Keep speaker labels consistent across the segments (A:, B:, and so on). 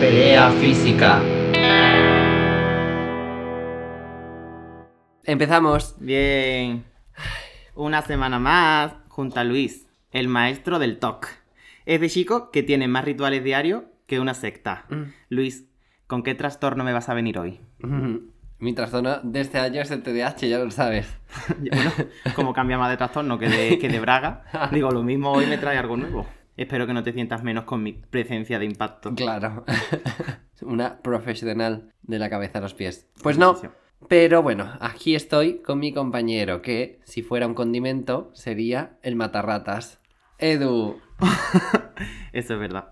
A: Pelea física.
B: Empezamos.
C: Bien. Una semana más junto a Luis, el maestro del TOC. Ese chico que tiene más rituales diarios que una secta. Luis, ¿con qué trastorno me vas a venir hoy?
B: Mi trastorno de este año es el TDAH, ya lo sabes.
C: bueno, como cambia más de trastorno que de, que de braga, digo, lo mismo hoy me trae algo nuevo. Espero que no te sientas menos con mi presencia de impacto.
B: Claro. Una profesional de la cabeza a los pies. Pues no. Pero bueno, aquí estoy con mi compañero, que si fuera un condimento sería el matarratas. Edu,
C: Eso es verdad.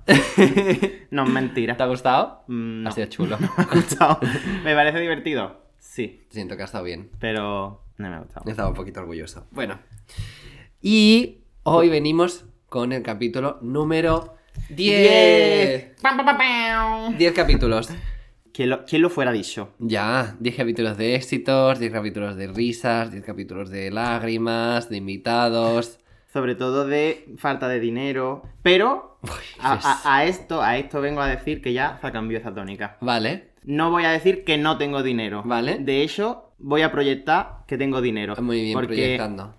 C: No es mentira.
B: ¿te ha gustado?
C: Mm, no.
B: Ha sido chulo.
C: Me ha gustado. Me parece divertido. Sí,
B: Siento que ha estado bien.
C: pero no me ha gustado.
B: Estaba un poquito orgulloso. Bueno. Y hoy venimos con el capítulo número 10.
C: Diez. Pam, pam, pam, pam.
B: 10 capítulos.
C: ¿Quién lo, quién lo fuera dicho?
B: Ya, 10 capítulos de éxitos, 10 capítulos de risas, 10 capítulos de lágrimas, de invitados.
C: Sobre todo de falta de dinero. Pero a,
B: Ah,
C: a- a esto, a esto vengo a decir que ya se cambió esa tónica.
B: Vale,
C: No voy a decir que no tengo dinero.
B: Vale.
C: De hecho, voy a proyectar que tengo dinero.
B: muy bien
C: porque
B: proyectando.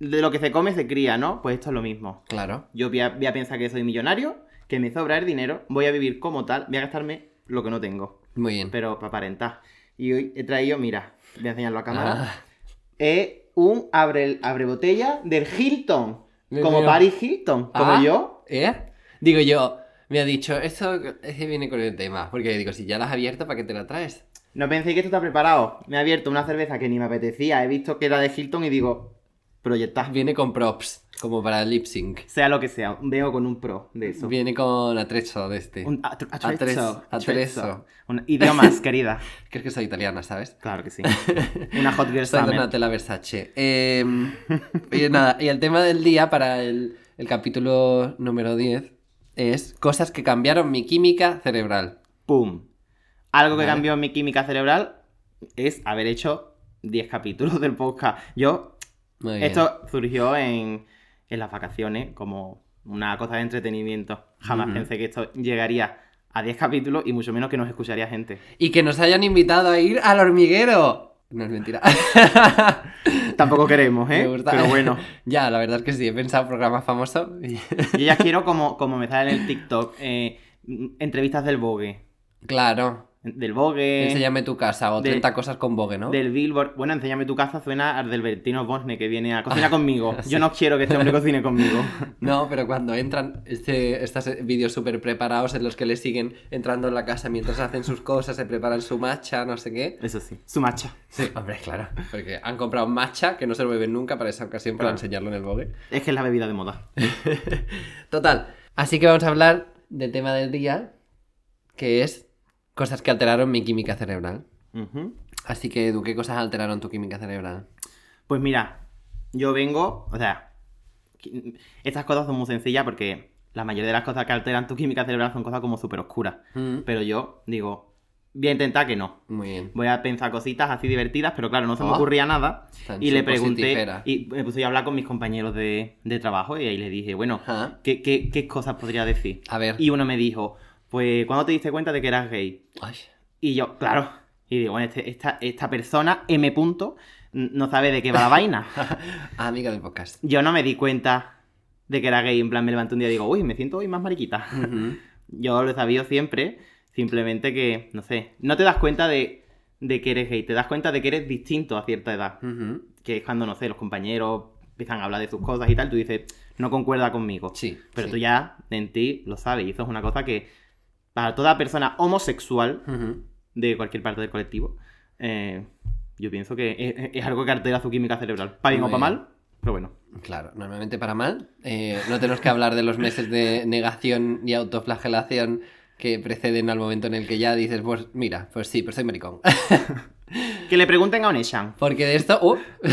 C: De lo que se come se cría, ¿no? Pues esto es lo mismo.
B: Claro.
C: Yo voy a, voy a pensar que soy millonario, que me sobra el dinero, voy a vivir como tal, voy a gastarme lo que no tengo,
B: Muy bien.
C: pero para aparentar. Y hoy he traído, mira, voy a enseñarlo a cámara,
B: Ah,
C: eh, un abre, abre botella del Hilton,
B: Dios
C: como
B: mío.
C: Paris Hilton, como
B: ah,
C: yo.
B: ¿Eh? Digo yo, me ha dicho, esto ese viene con el tema. Porque digo, si ya la has abierto, ¿para qué te la traes?
C: No pensé que esto está preparado. Me ha abierto una cerveza que ni me apetecía, he visto que era de Hilton y digo, proyectar,
B: Viene con props, como para el lip sync.
C: sea lo que sea, vengo con un pro de eso.
B: Viene con atrecho de este.
C: Un atr-
B: Atrezo,
C: atrezo,
B: atrezo.
C: atrezo. Un- Idiomas, querida.
B: Crees que soy italiana, ¿sabes?
C: Claro que sí. Una hot girl
B: Soy
C: summer.
B: Donatella Versace. Eh, y nada, y el tema del día para el, el capítulo número 10 es cosas que cambiaron mi química cerebral.
C: ¡Pum! Algo que
B: Vale.
C: cambió en mi química cerebral es haber hecho 10 capítulos del podcast. Yo,
B: Muy bien.
C: esto surgió en, en las vacaciones como una cosa de entretenimiento. Jamás
B: Ujú.
C: pensé que esto llegaría a 10 capítulos y mucho menos que nos escucharía gente.
B: Y que nos hayan invitado a ir al hormiguero. No es mentira.
C: Tampoco queremos,
B: Me
C: ¿eh?
B: gusta.
C: Pero bueno,
B: ya, la verdad es que sí, he pensado programa famoso. y-
C: yo ya quiero como, como me sale en el TikTok, eh, m- entrevistas del Vogue.
B: claro.
C: Del Vogue.
B: Enséñame tu casa o
C: Eh, de-
B: 30 cosas con Vogue, ¿no?
C: Del Billboard. Bueno, enséñame tu casa suena al del Bertino Bosne que viene a cocinar conmigo.
B: Sí.
C: Yo no quiero que este hombre cocine conmigo.
B: No, pero cuando entran este, estos vídeos súper preparados en los que le siguen entrando en la casa mientras hacen sus cosas, se preparan su matcha, no sé qué.
C: Eso sí. Su macha.
B: Sí, hombre, claro. Porque han comprado matcha que no se lo beben nunca para esa ocasión, para
C: Claro.
B: enseñarlo en el Vogue.
C: Es que es la bebida de moda.
B: Total. Así que vamos a hablar del tema del día, que es cosas que alteraron mi química cerebral.
C: Ujú.
B: Así que, Edu, ¿qué cosas alteraron tu química cerebral?
C: Pues mira, yo vengo. O sea, qui- estas cosas son muy sencillas porque la mayoría de las cosas que alteran tu química cerebral son cosas como súper oscuras.
B: Mm,
C: Pero yo digo, voy a intentar que no.
B: Muy bien.
C: Voy a pensar cositas así divertidas, pero claro, no se me
B: Ah.
C: ocurría nada.
B: Tan
C: Y le pregunté,
B: positifera.
C: y me puse a hablar con mis compañeros de, de trabajo y ahí les dije, bueno,
B: Ajá.
C: ¿qué, qué, qué cosas podría decir?
B: A ver.
C: Y uno me dijo, pues, ¿cuándo te diste cuenta de que eras gay?
B: Ay,
C: Y yo, claro. Y digo, bueno, este- esta, esta persona, M. Punto, n- no sabe de qué va la vaina.
B: amiga del podcast.
C: Yo no me di cuenta de que era gay. En plan, me levanté un día y digo, uy, me siento hoy más mariquita.
B: Ujú.
C: Yo lo he sabido siempre. Simplemente que, no sé, no te das cuenta de, de que eres gay. Te das cuenta de que eres distinto a cierta edad.
B: Ujú.
C: Que es cuando, no sé, los compañeros empiezan a hablar de sus cosas y tal. Tú dices, no concuerda conmigo.
B: Sí.
C: Pero
B: sí.
C: tú ya en ti lo sabes. Y eso es una cosa que para toda persona homosexual
B: Ujú.
C: de cualquier parte del colectivo, eh, yo pienso que es, es algo que altera su química cerebral. Para bien
B: Muy
C: o para
B: bien.
C: mal, pero bueno.
B: Claro, normalmente para mal. Eh, no tenemos que hablar de los meses de negación y autoflagelación que preceden al momento en el que ya dices, pues mira, pues sí, pero soy maricón.
C: Que le pregunten a Oneshan.
B: Porque de esto, ¡Uh!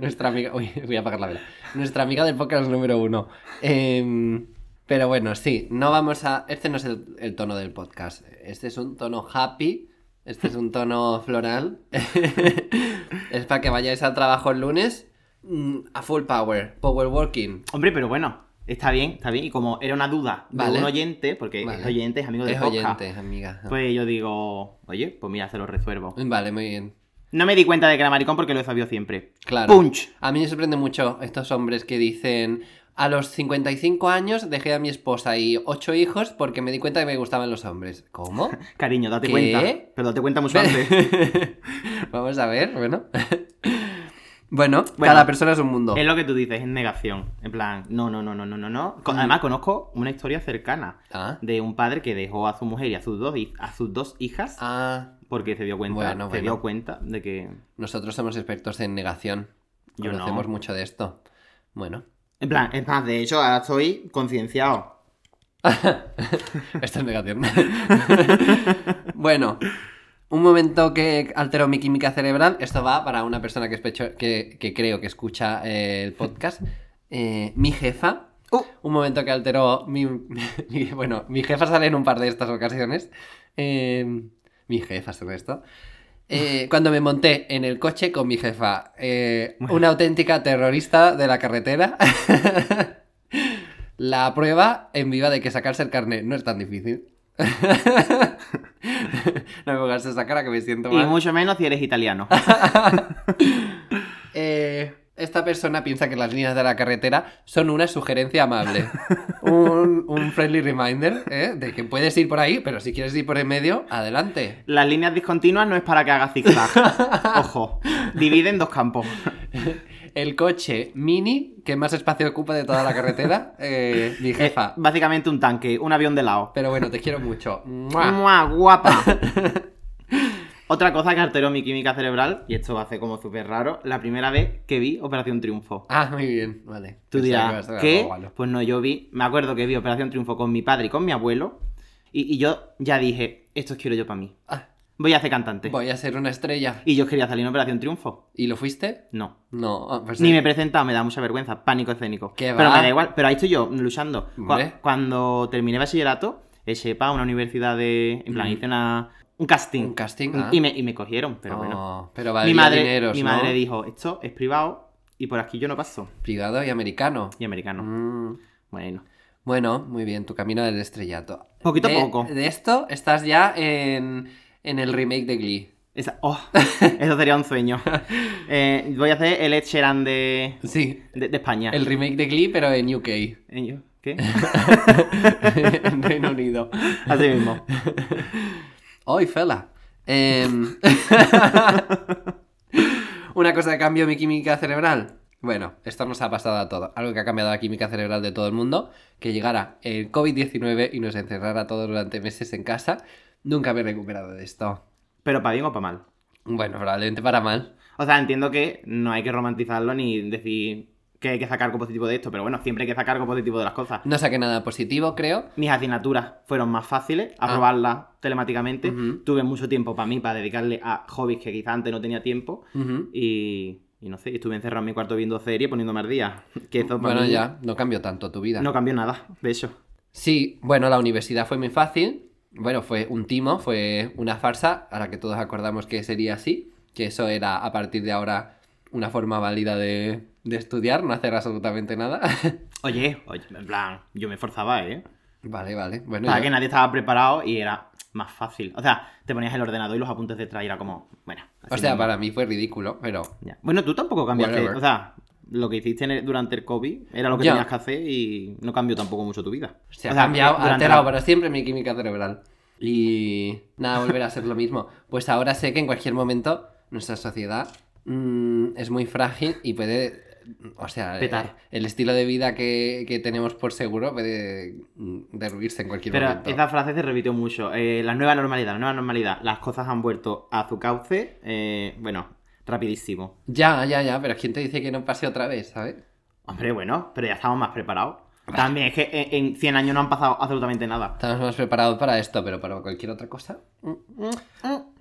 B: nuestra amiga, uy, voy a apagar la vela. Nuestra amiga del podcast número uno. Em, pero bueno, sí, no vamos a. Este no es el, el tono del podcast. Este es un tono happy. Este es un tono floral. es para que vayáis al trabajo el lunes mm, a full power, power working.
C: Hombre, pero bueno, Está bien, está bien. Y como era una duda
B: Vale.
C: de un oyente, porque
B: Vale.
C: es oyente, es amigo del
B: Es
C: podcast,
B: oyente, amiga.
C: pues yo digo, oye, pues mira, se lo resuelvo.
B: Vale, muy bien.
C: No me di cuenta de que era maricón porque lo he sabido siempre.
B: Claro.
C: Punch.
B: A mí me sorprende mucho estos hombres que dicen, a los 55 años dejé a mi esposa y ocho hijos porque me di cuenta que me gustaban los hombres. ¿Cómo?
C: Cariño, date
B: ¿Qué?
C: cuenta. Pero date cuenta mucho antes.
B: Vamos a ver, bueno. bueno.
C: Bueno,
B: cada persona es un mundo.
C: Es lo que tú dices, es negación. En plan, no, no, no, no, no, no, no.
B: Mm.
C: Co- Además, conozco una historia cercana
B: Ah,
C: de un padre que dejó a su mujer y a sus dos, hi- a sus dos hijas
B: ah,
C: porque se dio cuenta,
B: Bueno,
C: se
B: bueno.
C: dio cuenta de que...
B: nosotros somos expertos en negación.
C: Yo no.
B: Conocemos mucho de esto. Bueno,
C: En plan, es más, de hecho, ahora estoy concienciado.
B: esto es negación. bueno, un momento que alteró mi química cerebral. Esto va para una persona que, especho- que, que creo que escucha eh, el podcast. Eh, mi jefa.
C: Uh.
B: Un momento que alteró mi, mi- Bueno, mi jefa sale en un par de estas ocasiones. Eh, mi jefa sobre esto. Eh, cuando me monté en el coche con mi jefa, eh,
C: Bueno.
B: una auténtica terrorista de la carretera. La prueba en viva de que sacarse el carnet no es tan difícil. no me pongas esa cara que me siento
C: Y
B: mal.
C: mucho menos si eres italiano.
B: Eh, esta persona piensa que las líneas de la carretera son una sugerencia amable. un, un friendly reminder ¿eh? de que puedes ir por ahí, pero si quieres ir por en medio, adelante.
C: Las líneas discontinuas no es para que hagas zigzag. Ojo, divide en dos campos.
B: El coche mini que más espacio ocupa de toda la carretera, eh, mi
C: Es
B: jefa.
C: básicamente un tanque, un avión de lado.
B: Pero bueno, te quiero mucho. ¡Mua!
C: ¡Mua, guapa! Otra cosa que alteró mi química cerebral, y esto va a ser como súper raro, la primera vez que vi Operación Triunfo.
B: Ah, muy bien, vale. Pensaba que
C: Tú dirás,
B: ibas a hacer algo
C: ¿qué?
B: gualo.
C: Pues no, yo vi, me acuerdo que vi Operación Triunfo con mi padre y con mi abuelo, y, y yo ya dije, esto quiero yo para mí.
B: Ah,
C: Voy a ser cantante.
B: voy a ser una estrella.
C: Y yo quería salir en Operación Triunfo.
B: ¿Y lo fuiste?
C: No.
B: No, ah, pues
C: Ni
B: sí.
C: me he presentado, me da mucha vergüenza, pánico escénico.
B: ¿Qué
C: Pero
B: va?
C: me da igual, pero ahí estoy yo, luchando. Cu-
B: Hombre.
C: cuando terminé bachillerato, eché para una universidad de... En plan,
B: Mm.
C: hice una, un casting. Mm,
B: un casting. ah.
C: Y, me, y me cogieron, pero
B: Oh,
C: bueno.
B: Pero
C: Mi
B: valía
C: madre,
B: dineros,
C: mi
B: ¿no?
C: madre dijo, esto es privado y por aquí yo no paso.
B: Privado y americano.
C: Y americano.
B: Mm.
C: Bueno.
B: Bueno, muy bien, tu camino del estrellato.
C: Poquito a
B: De-
C: poco.
B: De esto estás ya en, en el remake de Glee.
C: Esa- oh, eso sería un sueño. Eh, voy a hacer el Ed Sheeran de,
B: Sí,
C: de, de España.
B: el remake de Glee, pero en UK.
C: Eh, yo- ¿Qué?
B: en Reino Unido.
C: Así mismo.
B: ¡Ay, fella! Em, Una cosa que cambió mi química cerebral. Bueno, esto nos ha pasado a todos. Algo que ha cambiado la química cerebral de todo el mundo, que llegara el COVID-19 y nos encerrara a todos durante meses en casa. Nunca me he recuperado de esto.
C: Pero para bien o para mal.
B: Bueno, probablemente para mal.
C: O sea, entiendo que no hay que romantizarlo ni decir que hay que sacar algo positivo de esto, pero bueno, siempre hay que sacar algo positivo de las cosas.
B: No saqué nada positivo, creo.
C: Mis asignaturas fueron más fáciles, aprobarlas telemáticamente.
B: Ah. Ujú.
C: Tuve mucho tiempo para mí, para dedicarle a hobbies que quizá antes no tenía tiempo.
B: Ujú.
C: Y, y no sé, estuve encerrado en mi cuarto viendo serie, poniéndome al día. Que eso para
B: Bueno,
C: mí
B: ya, no cambió tanto tu vida.
C: no cambió nada, de hecho.
B: Sí, bueno, la universidad fue muy fácil. Bueno, fue un timo, fue una farsa, a la que todos acordamos que sería así, que eso era a partir de ahora una forma válida de, de estudiar, no hacer absolutamente nada.
C: Oye, oye, en plan, yo me esforzaba, ¿eh?
B: vale, vale. Bueno,
C: Para
B: yo-
C: que nadie estaba preparado y era más fácil. O sea, te ponías el ordenador y los apuntes detrás y era como, bueno. así
B: o sea,
C: mismo.
B: para mí fue ridículo, pero
C: Ya. Bueno, tú tampoco cambiaste.
B: Whatever.
C: O sea, lo que hiciste en el- durante el COVID era lo que
B: Ya.
C: tenías que hacer y no cambió tampoco mucho tu vida.
B: se
C: O
B: ha
C: sea,
B: cambiado, ha
C: durante
B: alterado
C: la-
B: para siempre mi química cerebral. Y nada, volverá a ser lo mismo. Pues ahora sé que en cualquier momento nuestra sociedad mm, es muy frágil y puede. O sea,
C: Petar.
B: eh, el estilo de vida que, que tenemos por seguro puede mm, derruirse en cualquier
C: Pero
B: momento.
C: esa frase se repitió mucho. Eh, la nueva normalidad, la nueva normalidad. Las cosas han vuelto a su cauce, eh, bueno, rapidísimo.
B: Ya, ya, ya, pero ¿quién te dice que no pase otra vez, sabes?
C: Hombre, bueno, pero ya estamos más preparados. También es que en, en 100 años no han pasado absolutamente nada.
B: Estamos más preparados para esto, pero para cualquier otra cosa. mm, mm,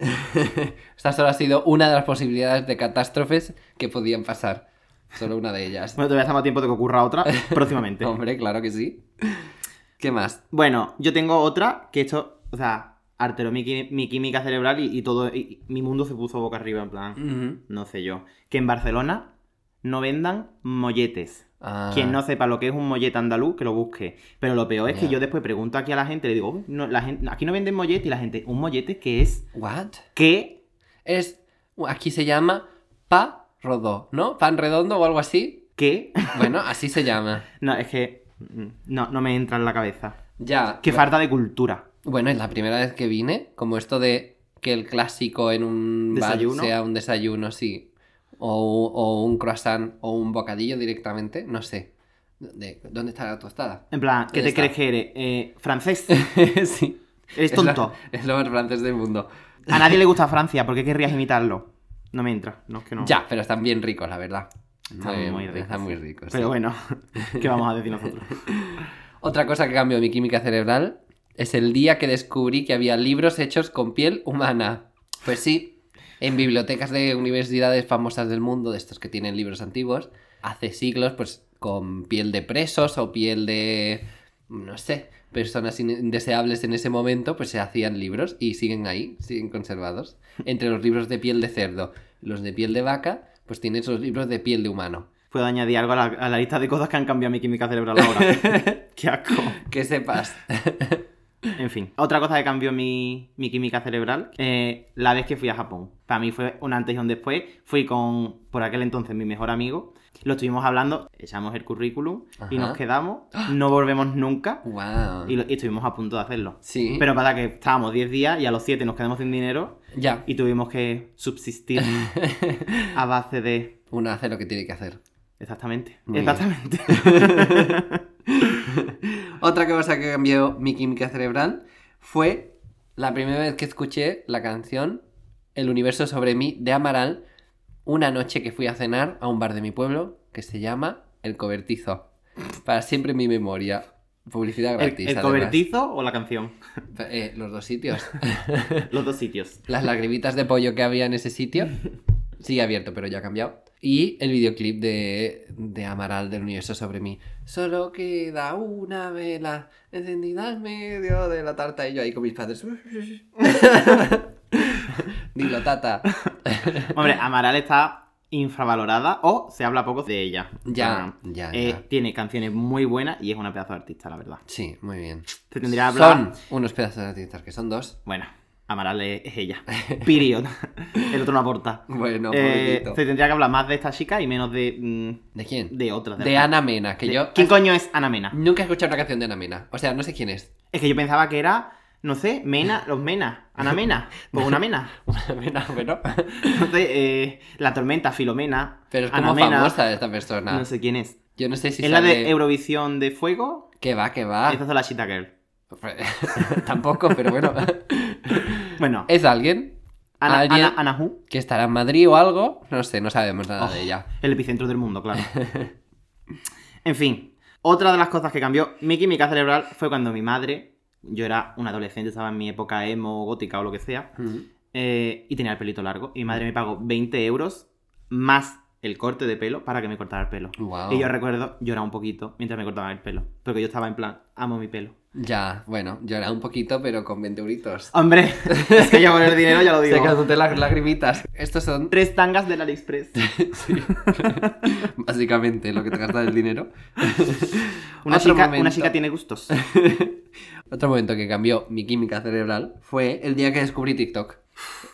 B: mm. Esta solo ha sido una de las posibilidades de catástrofes que podían pasar. Solo una de ellas.
C: Bueno, todavía estamos a tiempo de que ocurra otra próximamente.
B: Hombre, claro que sí. ¿Qué más?
C: Bueno, yo tengo otra que esto, o sea, alteró mi, qui- mi química cerebral y, y todo, y- y mi mundo se puso boca arriba en plan, no sé yo. Que en Barcelona no vendan molletes.
B: Ah,
C: Quien no sepa lo que es un mollete andaluz, que lo busque. Pero lo peor es que
B: Ya.
C: yo después pregunto aquí a la gente, le digo, "Oh, no, la gente, aquí no venden mollete y la gente, un mollete que es,
B: ¿What?
C: ¿qué?
B: Es. Aquí se llama pa rodó, ¿no? Pan redondo o algo así.
C: ¿Qué?
B: Bueno, así se llama.
C: No, es que mm, no, no me entra en la cabeza.
B: Ya.
C: Qué falta de cultura.
B: Bueno, es la primera vez que vine, como esto de que el clásico en un
C: Desayuno.
B: bar sea un desayuno, sí. O, o un croissant o un bocadillo directamente, no sé. De- ¿Dónde está la tostada?
C: En plan, ¿qué
B: Ya
C: te
B: está.
C: crees que eres? Eh, francés.
B: sí.
C: Eres tonto.
B: Es lo, es lo más francés del mundo.
C: A nadie le gusta Francia, ¿por qué querrías imitarlo? No me entra, no es que no.
B: Ya, pero están bien ricos, la verdad.
C: Están
B: Muy-
C: muy ricos,
B: Están muy
C: sí.
B: ricos. sí.
C: Pero bueno, ¿qué vamos a decir nosotros?
B: Otra cosa que cambió mi química cerebral es el día que descubrí que había libros hechos con piel humana. Pues sí, en bibliotecas de universidades famosas del mundo, de estos que tienen libros antiguos, hace siglos, pues con piel de presos o piel de, no sé, personas in- indeseables en ese momento, pues se hacían libros y siguen ahí, siguen conservados. Entre los libros de piel de cerdo, los de piel de vaca, pues tienen esos libros de piel de humano.
C: Puedo añadir algo a la, a la lista de cosas que han cambiado mi química cerebral ahora. qué asco.
B: Que sepas.
C: En fin, otra cosa que cambió mi, mi química cerebral, eh, la vez que fui a Japón. Para mí fue un antes y un después. Fui con, por aquel entonces, mi mejor amigo. Lo estuvimos hablando, echamos el currículum
B: Ajá.
C: y nos quedamos. No volvemos nunca
B: wow.
C: y, lo- y estuvimos a punto de hacerlo.
B: Sí.
C: Pero para que estábamos 10 días y a los 7 nos quedamos sin dinero
B: Ya.
C: y tuvimos que subsistir a base de...
B: Uno hace lo que tiene que hacer.
C: Exactamente,
B: Muy bien.
C: exactamente.
B: Otra cosa que cambió mi química cerebral fue la primera vez que escuché la canción El universo sobre mí de Amaral una noche que fui a cenar a un bar de mi pueblo que se llama El Cobertizo. Para siempre en mi memoria. Publicidad
C: ¿El,
B: gratis.
C: el
B: además.
C: cobertizo o la canción?
B: Eh, los dos sitios.
C: Los dos sitios.
B: Las lagrimitas de pollo que había en ese sitio. Sigue abierto, pero ya ha cambiado. Y el videoclip de, de Amaral del universo sobre mí. Solo queda una vela encendida en medio de la tarta. Y yo ahí con mis padres. Dilo, tata.
C: Hombre, Amaral está infravalorada o se habla poco de ella.
B: Ya,
C: Ah,
B: ya,
C: eh,
B: ya.
C: tiene canciones muy buenas y es una pedazo de artista, la verdad.
B: Sí, muy bien.
C: Se tendría que hablar...
B: Son unos pedazos de artistas que son dos.
C: Bueno, Amaral es, es ella. Period. el otro no aporta.
B: Bueno,
C: Eh,
B: pobrecito.
C: se tendría que hablar más de esta chica y menos de, mm,
B: ¿De quién?
C: de otras.
B: De
C: las-
B: Ana Mena, que
C: de-
B: yo
C: ¿Quién coño es Ana Mena?
B: nunca he escuchado una canción de Ana Mena. O sea, no sé quién es.
C: Es que yo pensaba que era, no sé, Mena, los Mena, Ana Mena, pues una Mena.
B: Una Mena, bueno.
C: Entonces, eh, la tormenta, Filomena,
B: Pero es
C: Ana
B: como
C: Mena,
B: famosa esta persona.
C: no sé quién es.
B: Yo no sé si
C: ¿Es la
B: sale- Ah.
C: de Eurovisión de Fuego?
B: Que va, que
C: Esa
B: va. Pues,
C: es la Cheetah Girl.
B: Tampoco, pero bueno.
C: Bueno,
B: es alguien
C: Ana,
B: Eh, alguien-
C: Ana, Ana Hu,
B: que estará en Madrid o algo. No sé, no sabemos nada
C: Oh.
B: de ella.
C: el epicentro del mundo, claro. en fin, otra de las cosas que cambió mi química cerebral fue cuando mi madre, yo era un adolescente, estaba en mi época emo, gótica o lo que sea, eh, y tenía el pelito largo, y mi madre me pagó 20 euros más el corte de pelo para que me cortara el pelo.
B: Wow.
C: Y yo recuerdo llorar un poquito mientras me cortaban el pelo, porque yo estaba en plan, amo mi pelo.
B: Ya, bueno, llora un poquito, pero con 20 euritos.
C: Hombre, es que yo con el dinero ya lo digo.
B: Secándote las lagrimitas. Estos son
C: Tres tangas del AliExpress.
B: básicamente lo que te gastas el dinero.
C: Una,
B: Otro
C: chica, una
B: momento.
C: chica tiene gustos.
B: Otro momento que cambió mi química cerebral fue el día que descubrí TikTok.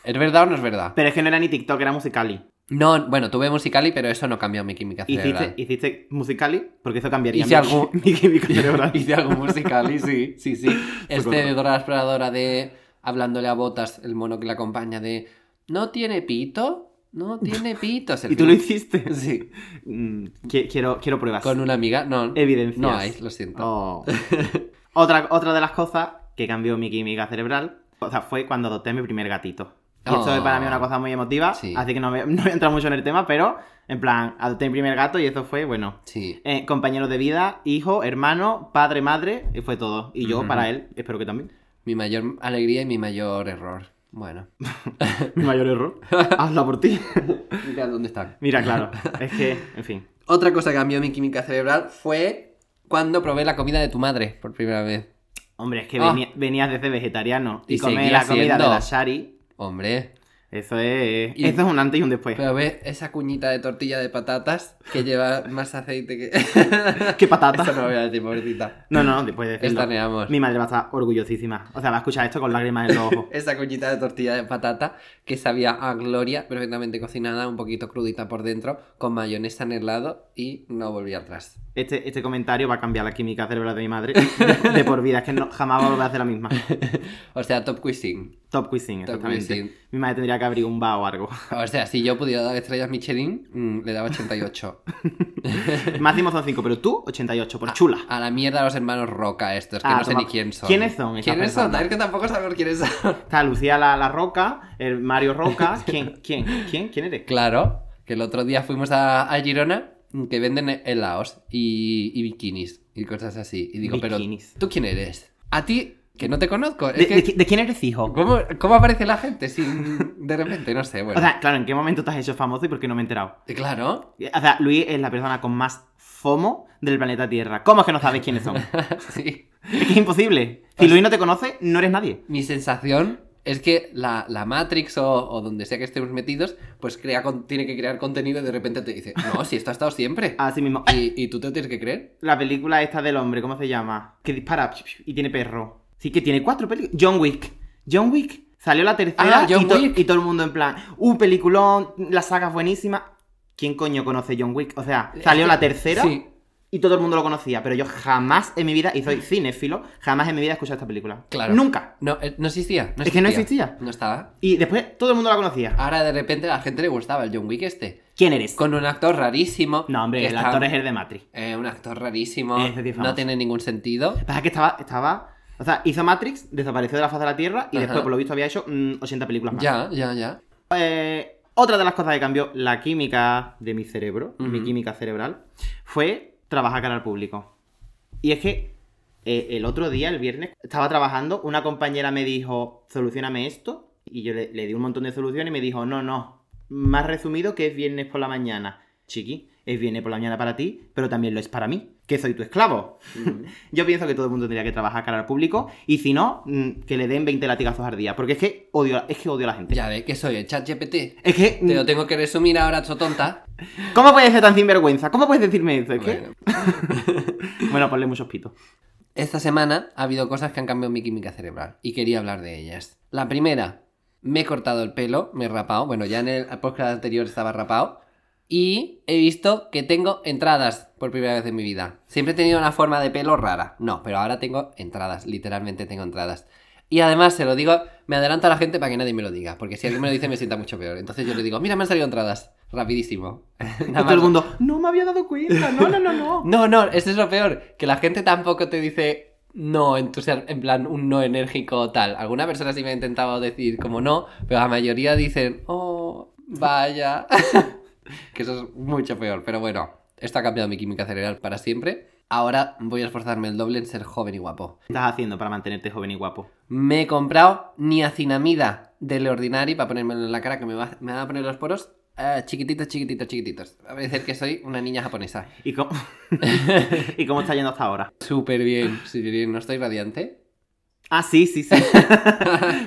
B: ¿Es verdad o no es verdad?
C: Pero es que no era ni TikTok, era Musicali.
B: No, bueno, tuve Musicali, pero eso no cambió mi química cerebral.
C: Hiciste, hiciste Musicali porque eso cambiaría
B: Y
C: mi,
B: si algo-
C: mi química cerebral.
B: Hice algo musical y sí, sí, sí. Este de
C: correcto.
B: Dora la Exploradora de hablándole a Botas, el mono que la acompaña, de ¿no tiene pito? No tiene pito. Es el
C: ¿Y tú lo
B: final.
C: hiciste?
B: Sí,
C: Mm, qui- quiero, quiero pruebas.
B: con una amiga. No,
C: Evidencias.
B: no hay, lo siento.
C: Oh. otra, otra de las cosas que cambió mi química cerebral o sea, fue cuando adopté mi primer gatito. Y esto
B: Oh.
C: es para mí una cosa muy emotiva,
B: Sí.
C: así que no, voy- no voy a entrar mucho en el tema, pero en plan, adopté mi primer gato y eso fue, bueno,
B: Sí.
C: eh, compañero de vida, hijo, hermano, padre, madre, y fue todo. Y yo
B: Ujú.
C: para él, espero que también.
B: Mi mayor alegría y mi mayor error. Bueno.
C: Mi mayor error. Hazla por ti.
B: Mira dónde están.
C: Mira, claro. Es que, en fin.
B: Otra cosa que cambió mi química cerebral fue cuando probé la comida de tu madre por primera vez.
C: Hombre, es que
B: Ah.
C: venía- venías desde vegetariano y,
B: Y
C: comer
B: seguía
C: la comida
B: siendo.
C: de la Shari.
B: Hombre,
C: Eso es.
B: Y-
C: Eso es un antes y un después.
B: Pero ve esa cuñita de tortilla de patatas que lleva más aceite que.
C: ¡Qué patata!
B: Eso no lo voy a decir, pobrecita.
C: No, no, después de decirlo.
B: Estaneamos.
C: Mi madre va a estar orgullosísima. O sea, va a escuchar esto con lágrimas en los ojos.
B: Esa cuñita de tortilla de patata que sabía a gloria, perfectamente cocinada, un poquito crudita por dentro, con mayonesa en el lado y no volví atrás.
C: Este, este comentario va a cambiar la química cerebral de mi madre de, de por vida. Es que no- jamás va a volver a hacer la misma.
B: O sea, top cuisine.
C: Top cuisine,
B: Top
C: exactamente.
B: cuisine.
C: Mi madre tendría que abrir un bar o algo.
B: O sea, si yo pudiera dar estrellas Michelin, mm, le daba 88.
C: Máximo son 5, pero tú 88, por chula.
B: A la mierda los hermanos Roca estos, que
C: Ah,
B: no sé
C: toma.
B: ni quién son.
C: ¿Quiénes son esas
B: ¿Quiénes son?
C: personas?
B: Es que tampoco sabemos quiénes son.
C: Está Lucía la, la Roca, el Mario Roca. ¿Quién? ¿Quién? ¿Quién? ¿Quién eres?
B: Claro, que el otro día fuimos a, a Girona que venden helados y, y bikinis y cosas así. Y digo,
C: Bikinis.
B: pero ¿tú quién eres? A ti, que no te conozco. Es
C: ¿De,
B: que,
C: de qui- de quién eres hijo?
B: ¿cómo, cómo aparece la gente sin, de repente? No sé, bueno.
C: O sea, claro, ¿en qué momento te has hecho famoso y por qué no me he enterado?
B: Y claro.
C: O sea, Luis es la persona con más FOMO del planeta Tierra. ¿Cómo es que no sabes quiénes son?
B: sí.
C: Es que es imposible. Si Luis no te conoce, no eres nadie.
B: Mi sensación es que la, la Matrix o, o donde sea que estemos metidos, pues crea con- tiene que crear contenido y de repente te dice, no, si esto ha estado siempre.
C: Así mismo. ¡Ay!
B: Y, y tú te lo tienes que creer.
C: La película esta del hombre, ¿cómo se llama? Que dispara y tiene perro. Sí, que tiene cuatro películas. John Wick. John Wick. Salió la tercera
B: Ah, John
C: y, to-
B: Wick.
C: y todo el mundo en plan, uh, peliculón, la saga es buenísima. ¿Quién coño conoce John Wick? O sea, salió la tercera
B: Sí.
C: y todo el mundo lo conocía, pero yo jamás en mi vida, y soy cinéfilo, jamás en mi vida he escuchado esta película.
B: Claro.
C: Nunca.
B: No, eh, no existía.
C: Es que no existía.
B: No estaba.
C: Y después todo el mundo la conocía.
B: Ahora de repente a la gente le gustaba el John Wick este.
C: ¿Quién eres?
B: Con un actor rarísimo.
C: No, hombre,
B: que
C: el
B: está-
C: actor es el de Matrix.
B: eh, un actor rarísimo.
C: Ese tío es famoso.
B: No tiene ningún sentido.
C: Pasa que estaba, estaba. O sea, hizo Matrix, desapareció de la faz de la Tierra y
B: Ajá.
C: después, por lo visto, había hecho mm, 80 películas más.
B: Ya, ya, ya.
C: Eh, otra de las cosas que cambió la química de mi cerebro, mi
B: Ujú.
C: química cerebral, fue trabajar cara al público. Y es que eh, el otro día, el viernes, estaba trabajando, una compañera me dijo, solucioname esto, y yo le, le di un montón de soluciones y me dijo, no, no, más resumido que es viernes por la mañana. Chiqui, es viernes por la mañana para ti, pero también lo es para mí, que soy tu esclavo. Yo pienso que todo el mundo tendría que trabajar cara al público y si no, mm, que le den 20 latigazos al día, porque es que odio, es que odio a la gente.
B: Ya ve que soy el chat GPT.
C: Es que mm,
B: Te lo tengo que resumir ahora, tonta.
C: ¿Cómo puedes ser tan sinvergüenza? ¿Cómo puedes decirme eso? ¿Es que- Bueno. ponle muchos pitos.
B: Esta semana ha habido cosas que han cambiado mi química cerebral y quería hablar de ellas. La primera, me he cortado el pelo, me he rapado. Bueno, ya en el podcast anterior estaba rapado. Y he visto que tengo entradas por primera vez en mi vida. Siempre he tenido una forma de pelo rara. No, pero ahora tengo entradas, literalmente tengo entradas. Y además, se lo digo, me adelanto a la gente para que nadie me lo diga. Porque si alguien me lo dice, me sienta mucho peor. Entonces yo le digo, mira, me han salido entradas. Rapidísimo. Nada
C: Y
B: más
C: todo el mundo, no me había dado cuenta, no, no, no, no.
B: no, no, eso es lo peor. Que la gente tampoco te dice no, entusias- en plan un no enérgico o tal. Alguna persona sí me ha intentado decir como no, pero la mayoría dicen, oh, vaya. que eso es mucho peor. Pero bueno, esto ha cambiado mi química cerebral para siempre. Ahora voy a esforzarme el doble en ser joven y guapo.
C: ¿Qué estás haciendo para mantenerte joven y guapo?
B: Me he comprado niacinamida de Leordinari para ponérmelo en la cara que me va, me van a poner los poros eh, chiquititos, chiquititos, chiquititos. Va A decir que soy una niña japonesa.
C: ¿Y cómo, ¿Y cómo está yendo hasta ahora?
B: Súper bien, súper bien. ¿No estoy radiante?
C: Ah, sí, sí, sí.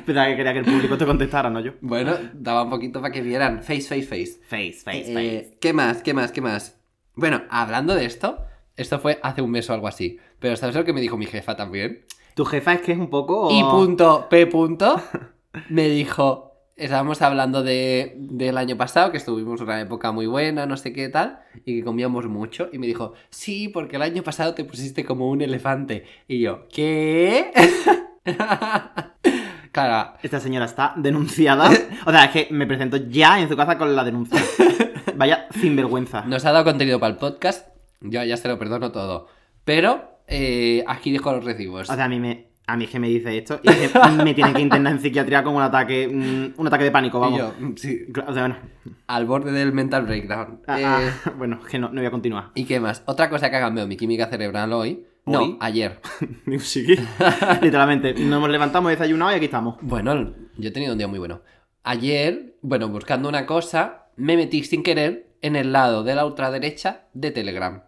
C: Pensaba que quería que el público te contestara, no yo.
B: Bueno, daba un poquito para que vieran. Face, face, face.
C: Face, face,
B: Eh,
C: face.
B: ¿Qué más? ¿Qué más? ¿Qué más? Bueno, hablando de esto, esto fue hace un mes o algo así. Pero ¿sabes lo que me dijo mi jefa también?
C: Tu jefa es que es un poco...
B: Y punto P punto me dijo, estábamos hablando de, del año pasado, que estuvimos una época muy buena, no sé qué tal, y que comíamos mucho, y me dijo, sí, porque el año pasado te pusiste como un elefante. Y yo, ¿qué? claro,
C: Esta señora está denunciada. O sea, es que me presento ya en su casa con la denuncia. Vaya sinvergüenza.
B: Nos ha dado contenido para el podcast. Yo ya se lo perdono todo. Pero eh, aquí dejo los recibos.
C: O sea, a mí me. A mí es que me dice esto y es que me tienen que internar en psiquiatría con un ataque. mm, Un ataque de pánico,
B: Y
C: vamos.
B: yo, mm, sí,
C: Cla- O sea, bueno.
B: al borde del mental breakdown.
C: Ah,
B: Eh,
C: ah, bueno, que no, no voy a continuar.
B: ¿Y qué más? Otra cosa que ha cambiado mi química cerebral hoy. No,
C: ¿Hoy?
B: ayer.
C: Digo, sí que- Literalmente, nos hemos levantado, hemos desayunado y aquí estamos.
B: Bueno, yo he tenido un día muy bueno. Ayer, bueno, buscando una cosa, me metí sin querer en el lado de la ultraderecha de Telegram.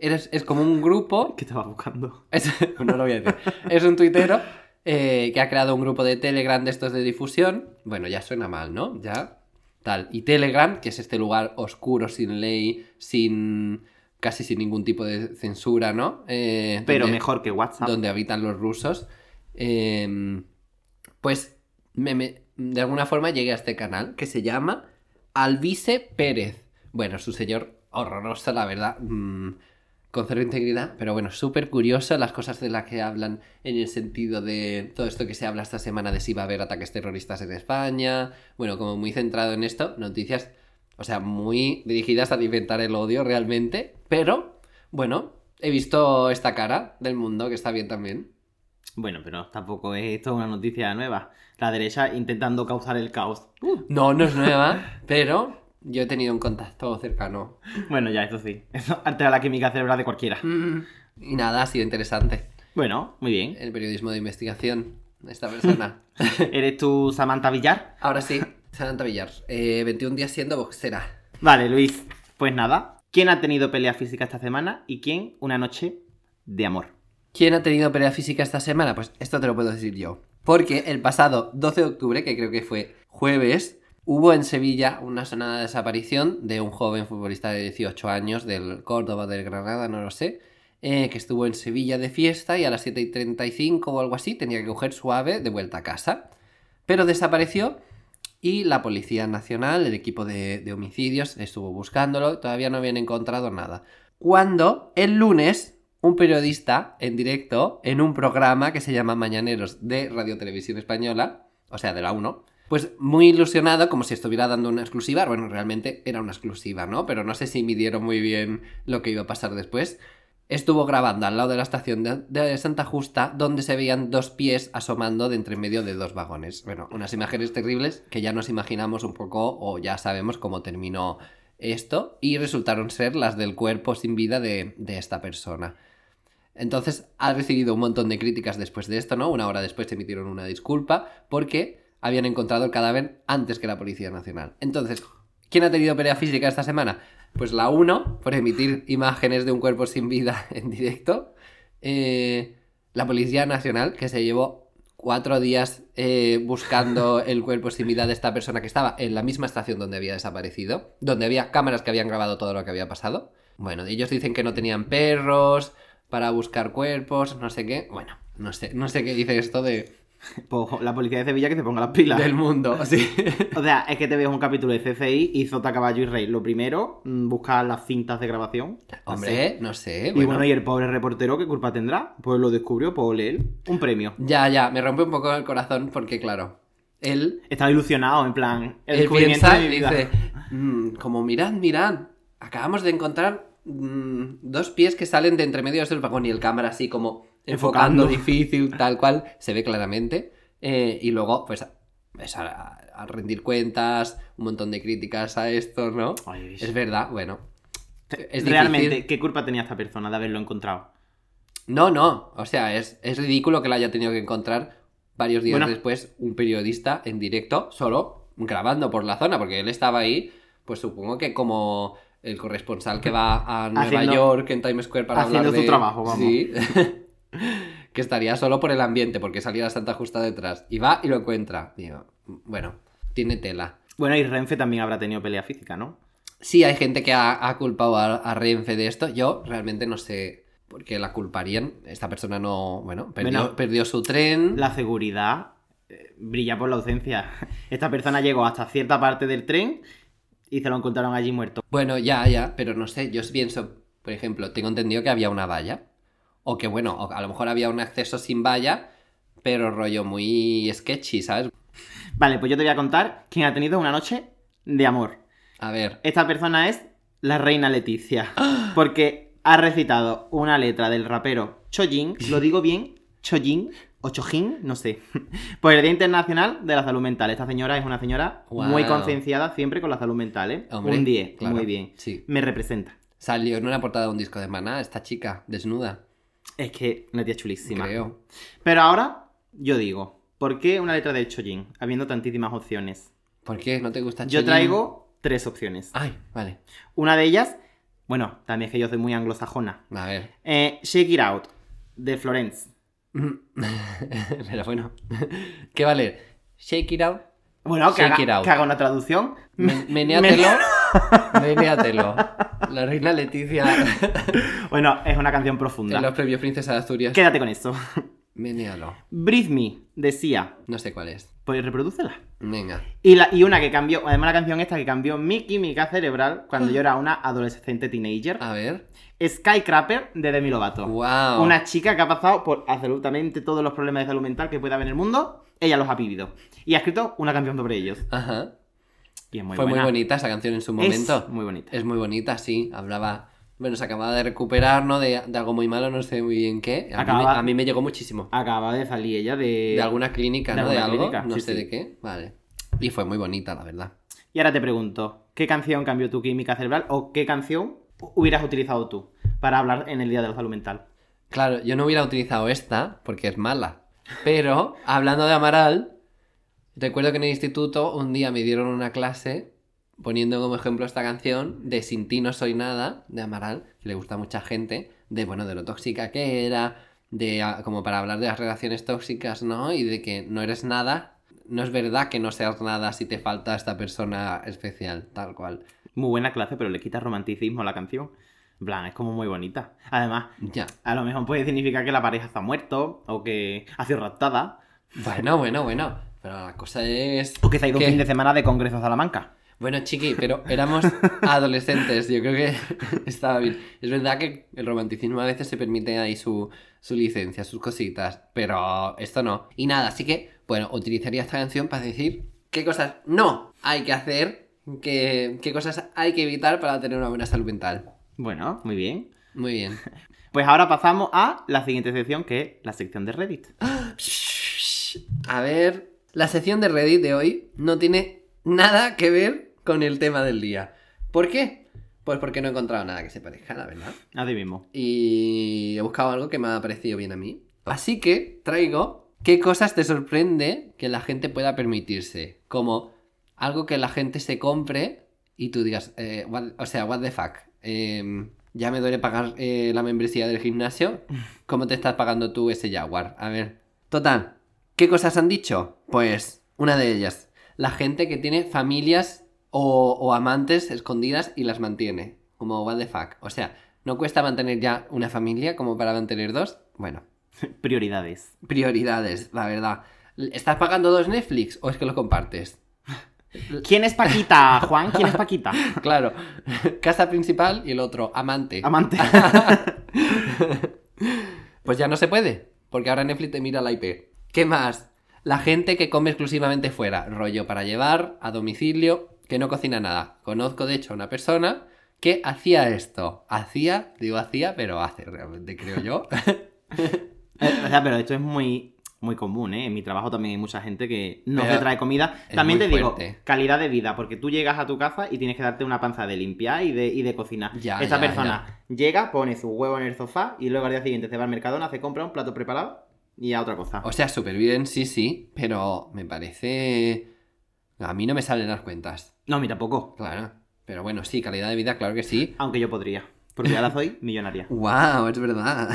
B: Eres- es como un grupo
C: ¿Qué estaba buscando?
B: Es, no lo voy a decir. Es un tuitero eh, que ha creado un grupo de Telegram de estos de difusión. Bueno, ya suena mal, ¿no? Ya. Tal. Y Telegram, que es este lugar oscuro, sin ley, sin. casi sin ningún tipo de censura, ¿no? Eh,
C: Pero
B: donde-
C: mejor que WhatsApp.
B: donde habitan los rusos. eh, pues me- me- de alguna forma llegué a este canal que se llama Alvise Pérez. Bueno, su señor horroroso, la verdad. mm, con cero integridad, pero bueno, súper curioso las cosas de las que hablan en el sentido de todo esto que se habla esta semana de si va a haber ataques terroristas en España. Bueno, como muy centrado en esto, noticias, o sea, muy dirigidas a alimentar el odio realmente, pero bueno, he visto esta cara del mundo que está bien también.
C: Bueno, pero tampoco es esto una noticia nueva. La derecha intentando causar el caos.
B: No, no es nueva, pero yo he tenido un contacto cercano.
C: Bueno, ya, eso sí. Eso altera la química cerebral de cualquiera.
B: Mm, Y nada, ha sido interesante.
C: Bueno, muy bien.
B: El periodismo de investigación, esta persona.
C: ¿Eres tú Samantha Villar?
B: Ahora sí, Samantha Villar. eh, 21 días siendo boxera.
C: Vale, Luis. Pues nada. ¿Quién ha tenido pelea física esta semana y quién una noche de amor?
B: ¿Quién ha tenido pelea física esta semana? Pues esto te lo puedo decir yo. Porque el pasado 12 de octubre, que creo que fue jueves, hubo en Sevilla una sonada desaparición de un joven futbolista de 18 años del Córdoba, del Granada, no lo sé, eh, que estuvo en Sevilla de fiesta y a las 7 y 35 o algo así tenía que coger suave de vuelta a casa. Pero desapareció y la Policía Nacional, el equipo de, de homicidios, estuvo buscándolo y todavía no habían encontrado nada. Cuando el lunes un periodista en directo en un programa que se llama Mañaneros de Radio Televisión Española, o sea, de la 1, pues muy ilusionado, como si estuviera dando una exclusiva. Bueno, realmente era una exclusiva, ¿no? Pero no sé si midieron muy bien lo que iba a pasar después. Estuvo grabando al lado de la estación de, de Santa Justa, donde se veían dos pies asomando de entre medio de dos vagones. Bueno, unas imágenes terribles que ya nos imaginamos un poco o ya sabemos cómo terminó esto y resultaron ser las del cuerpo sin vida de, de esta persona. Entonces ha recibido un montón de críticas después de esto, ¿no? Una hora después emitieron una disculpa porque habían encontrado el cadáver antes que la Policía Nacional. Entonces, ¿quién ha tenido pelea física esta semana? Pues la 1, por emitir imágenes de un cuerpo sin vida en directo. Eh, la Policía Nacional, que se llevó cuatro días eh, buscando el cuerpo sin vida de esta persona que estaba en la misma estación donde había desaparecido, donde había cámaras que habían grabado todo lo que había pasado. Bueno, ellos dicen que no tenían perros para buscar cuerpos, no sé qué. Bueno, no sé, no sé qué dice esto de,
C: Pues la policía de Sevilla que se ponga las pilas.
B: del mundo. sí.
C: O sea, es que te ves un capítulo de CCI y Zota Caballo y Rey. Lo primero, mm, buscar las cintas de grabación. Así.
B: Hombre, no sé.
C: Y
B: bueno.
C: bueno, y el pobre reportero, ¿qué culpa tendrá? Pues lo descubrió, pues él. Un premio.
B: Ya, ya, me rompe un poco el corazón porque, claro, él,
C: Estaba ilusionado, en plan. El
B: él
C: descubrimiento
B: piensa
C: de
B: y
C: mi vida.
B: dice, "Mm, como mirad, mirad, acabamos de encontrar mm, dos pies que salen de entre medio del vagón y el cámara así como enfocando,
C: Enfocando.
B: difícil, tal cual, se ve claramente. Eh, y luego, pues, ves a, a rendir cuentas, un montón de críticas a esto, ¿no?
C: Ay,
B: Es verdad, bueno. Es
C: Realmente,
B: difícil.
C: ¿qué culpa tenía esta persona de haberlo encontrado?
B: No, no, o sea, es, es ridículo que la haya tenido que encontrar varios días
C: Bueno.
B: después un periodista en directo, solo grabando por la zona, porque él estaba ahí, pues supongo que como el corresponsal que va a Nueva
C: Haciendo-
B: York, en Times Square para
C: haciendo
B: hablar de...
C: su trabajo, vamos.
B: Sí. que estaría solo por el ambiente, porque salía la Santa Justa detrás. Y va y lo encuentra. Digo, "Mm, bueno, tiene tela.
C: Bueno, y Renfe también habrá tenido pelea física, ¿no?
B: Sí, hay gente que ha, ha culpado a, a Renfe de esto. Yo realmente no sé por qué la culparían. Esta persona no, bueno, perdió,
C: Bueno,
B: perdió su tren.
C: La seguridad eh, brilla por la ausencia. Esta persona llegó hasta cierta parte del tren y se lo encontraron allí muerto.
B: Bueno, ya, ya, pero no sé. Yo pienso, por ejemplo, tengo entendido que había una valla. O que, bueno, o a lo mejor había un acceso sin valla, pero rollo muy sketchy, ¿sabes?
C: Vale, pues yo te voy a contar quién ha tenido una noche de amor.
B: A ver.
C: Esta persona es la reina Leticia. Porque ha recitado una letra del rapero Chojin. Lo digo bien, Chojin o Chojin, no sé. Por el Día Internacional de la Salud Mental. Esta señora es una señora
B: Guau.
C: muy concienciada siempre con la salud mental, ¿eh?
B: Hombre,
C: Un 10,
B: claro,
C: muy bien.
B: Sí.
C: Me representa.
B: Salió en una portada de un disco de maná esta chica, desnuda,
C: Es que una tía chulísima.
B: creo.
C: Pero ahora, yo digo, ¿por qué una letra del Chojin? Habiendo tantísimas opciones.
B: ¿Por qué? ¿No te gusta
C: Yo
B: Cheyenne?
C: traigo tres opciones.
B: Ay, vale.
C: Una de ellas, bueno, también es que yo soy muy anglosajona.
B: A ver.
C: Eh, Shake It Out, de Florence.
B: Mm. Pero bueno. ¿Qué vale? Shake it out.
C: Bueno, que
B: Shake
C: haga,
B: it out.
C: que haga una traducción.
B: me- Menéatelo. Menéatelo. La reina Leticia
C: Bueno, es una canción
B: en los
C: profunda.
B: premios Princesa de Asturias.
C: Quédate con eso.
B: Menéalo.
C: Breathe Me, decía.
B: No sé cuál es.
C: Pues reprodúcela.
B: Venga.
C: Y, la, y una que cambió, además la canción esta que cambió mi química cerebral
B: Ah.
C: cuando yo era una adolescente teenager.
B: A ver.
C: Skycrapper de Demi Lovato.
B: Wow.
C: Oh. Una chica que ha pasado por absolutamente todos los problemas de salud mental que pueda haber en el mundo, ella los ha vivido. Y ha escrito una canción sobre ellos.
B: Ajá.
C: Y es muy
B: Fue
C: buena.
B: muy bonita esa canción en su
C: Es
B: momento.
C: muy bonita.
B: Es muy bonita, sí. Hablaba. Bueno, se acababa de recuperar, ¿no? De, de algo muy malo, no sé muy bien qué. A, mí, me,
C: Acababa-
B: a mí me llegó muchísimo.
C: Acaba de salir ella de...
B: De alguna clínica,
C: de
B: ¿no? De
C: alguna
B: algo.
C: clínica,
B: no
C: sí,
B: sé
C: sí.
B: de qué. Vale. Y fue muy bonita, la verdad.
C: Y ahora te pregunto, ¿qué canción cambió tu química cerebral o qué canción hubieras utilizado tú para hablar en el Día de la Salud Mental?
B: Claro, yo no hubiera utilizado esta porque es mala. Pero, hablando de Amaral, recuerdo que en el instituto un día me dieron una clase poniendo como ejemplo esta canción de Sin ti no soy nada, de Amaral, que le gusta a mucha gente, de bueno, de lo tóxica que era, de ah, como para hablar de las relaciones tóxicas, ¿no? Y de que no eres nada. No es verdad que no seas nada si te falta esta persona especial, tal cual.
C: Muy buena clase, pero le quita romanticismo a la canción. En plan, es como muy bonita. Además,
B: Ya.
C: a lo mejor puede significar que la pareja está muerto o que ha sido raptada
B: Bueno, bueno, bueno. Pero la cosa es.
C: o que se ha ido
B: que-
C: un fin de semana de congreso a Salamanca.
B: Bueno, chiqui, pero éramos adolescentes, yo creo que estaba bien. Es verdad que el romanticismo a veces se permite ahí su, su licencia, sus cositas, pero esto no. Y nada, así que, bueno, utilizaría esta canción para decir qué cosas no hay que hacer, qué, qué cosas hay que evitar para tener una buena salud mental.
C: Bueno, muy bien.
B: Muy bien.
C: Pues ahora pasamos a la siguiente sección, que es la sección de Reddit.
B: A ver, la sección de Reddit de hoy no tiene nada que ver con el tema del día. ¿Por qué? Pues porque no he encontrado nada que se parezca, la verdad.
C: Así mismo.
B: y he buscado algo que me ha parecido bien a mí. Así que traigo qué cosas te sorprende que la gente pueda permitirse. Como algo que la gente se compre y tú digas, eh, what- o sea, what the fuck. em, ya me duele pagar eh, la membresía del gimnasio. ¿Cómo te estás pagando tú ese Jaguar? A ver. Total, ¿qué cosas han dicho? Pues una de ellas, la gente que tiene familias o, o amantes escondidas y las mantiene. Como what the fuck. O sea, ¿no cuesta mantener ya una familia como para mantener dos? Bueno,
C: Prioridades.
B: prioridades, la verdad. ¿Estás pagando dos Netflix o es que lo compartes?
C: ¿Quién es Paquita, Juan? ¿Quién es Paquita?
B: Claro, casa principal y el otro, amante.
C: Amante. Eh,
B: Pues ya no se puede, porque ahora Netflix te mira la IP. ¿Qué más? La gente que come exclusivamente fuera, rollo para llevar, a domicilio, que no cocina nada. Conozco de hecho a una persona que hacía esto. Hacía, digo hacía, pero hace realmente, creo yo.
C: Eh, o sea, pero esto es muy, muy común, ¿eh? En mi trabajo también hay mucha gente que no
B: Pero
C: te trae comida.
B: es
C: También
B: muy
C: te digo,
B: fuerte.
C: calidad de vida, porque tú llegas a tu casa y tienes que darte una panza de limpiar y de, y de cocinar.
B: Ya,
C: Esta
B: ya,
C: persona llega, pone su huevo en el sofá y luego al día siguiente se va al mercadona, se compra un plato preparado y a otra cosa.
B: O sea, súper bien, sí, sí, pero me parece... A mí no me salen las cuentas,
C: No, mí tampoco.
B: claro. Pero bueno, sí, calidad de vida, claro que sí.
C: Aunque yo podría. Porque ahora soy millonaria.
B: ¡Wow! Es verdad.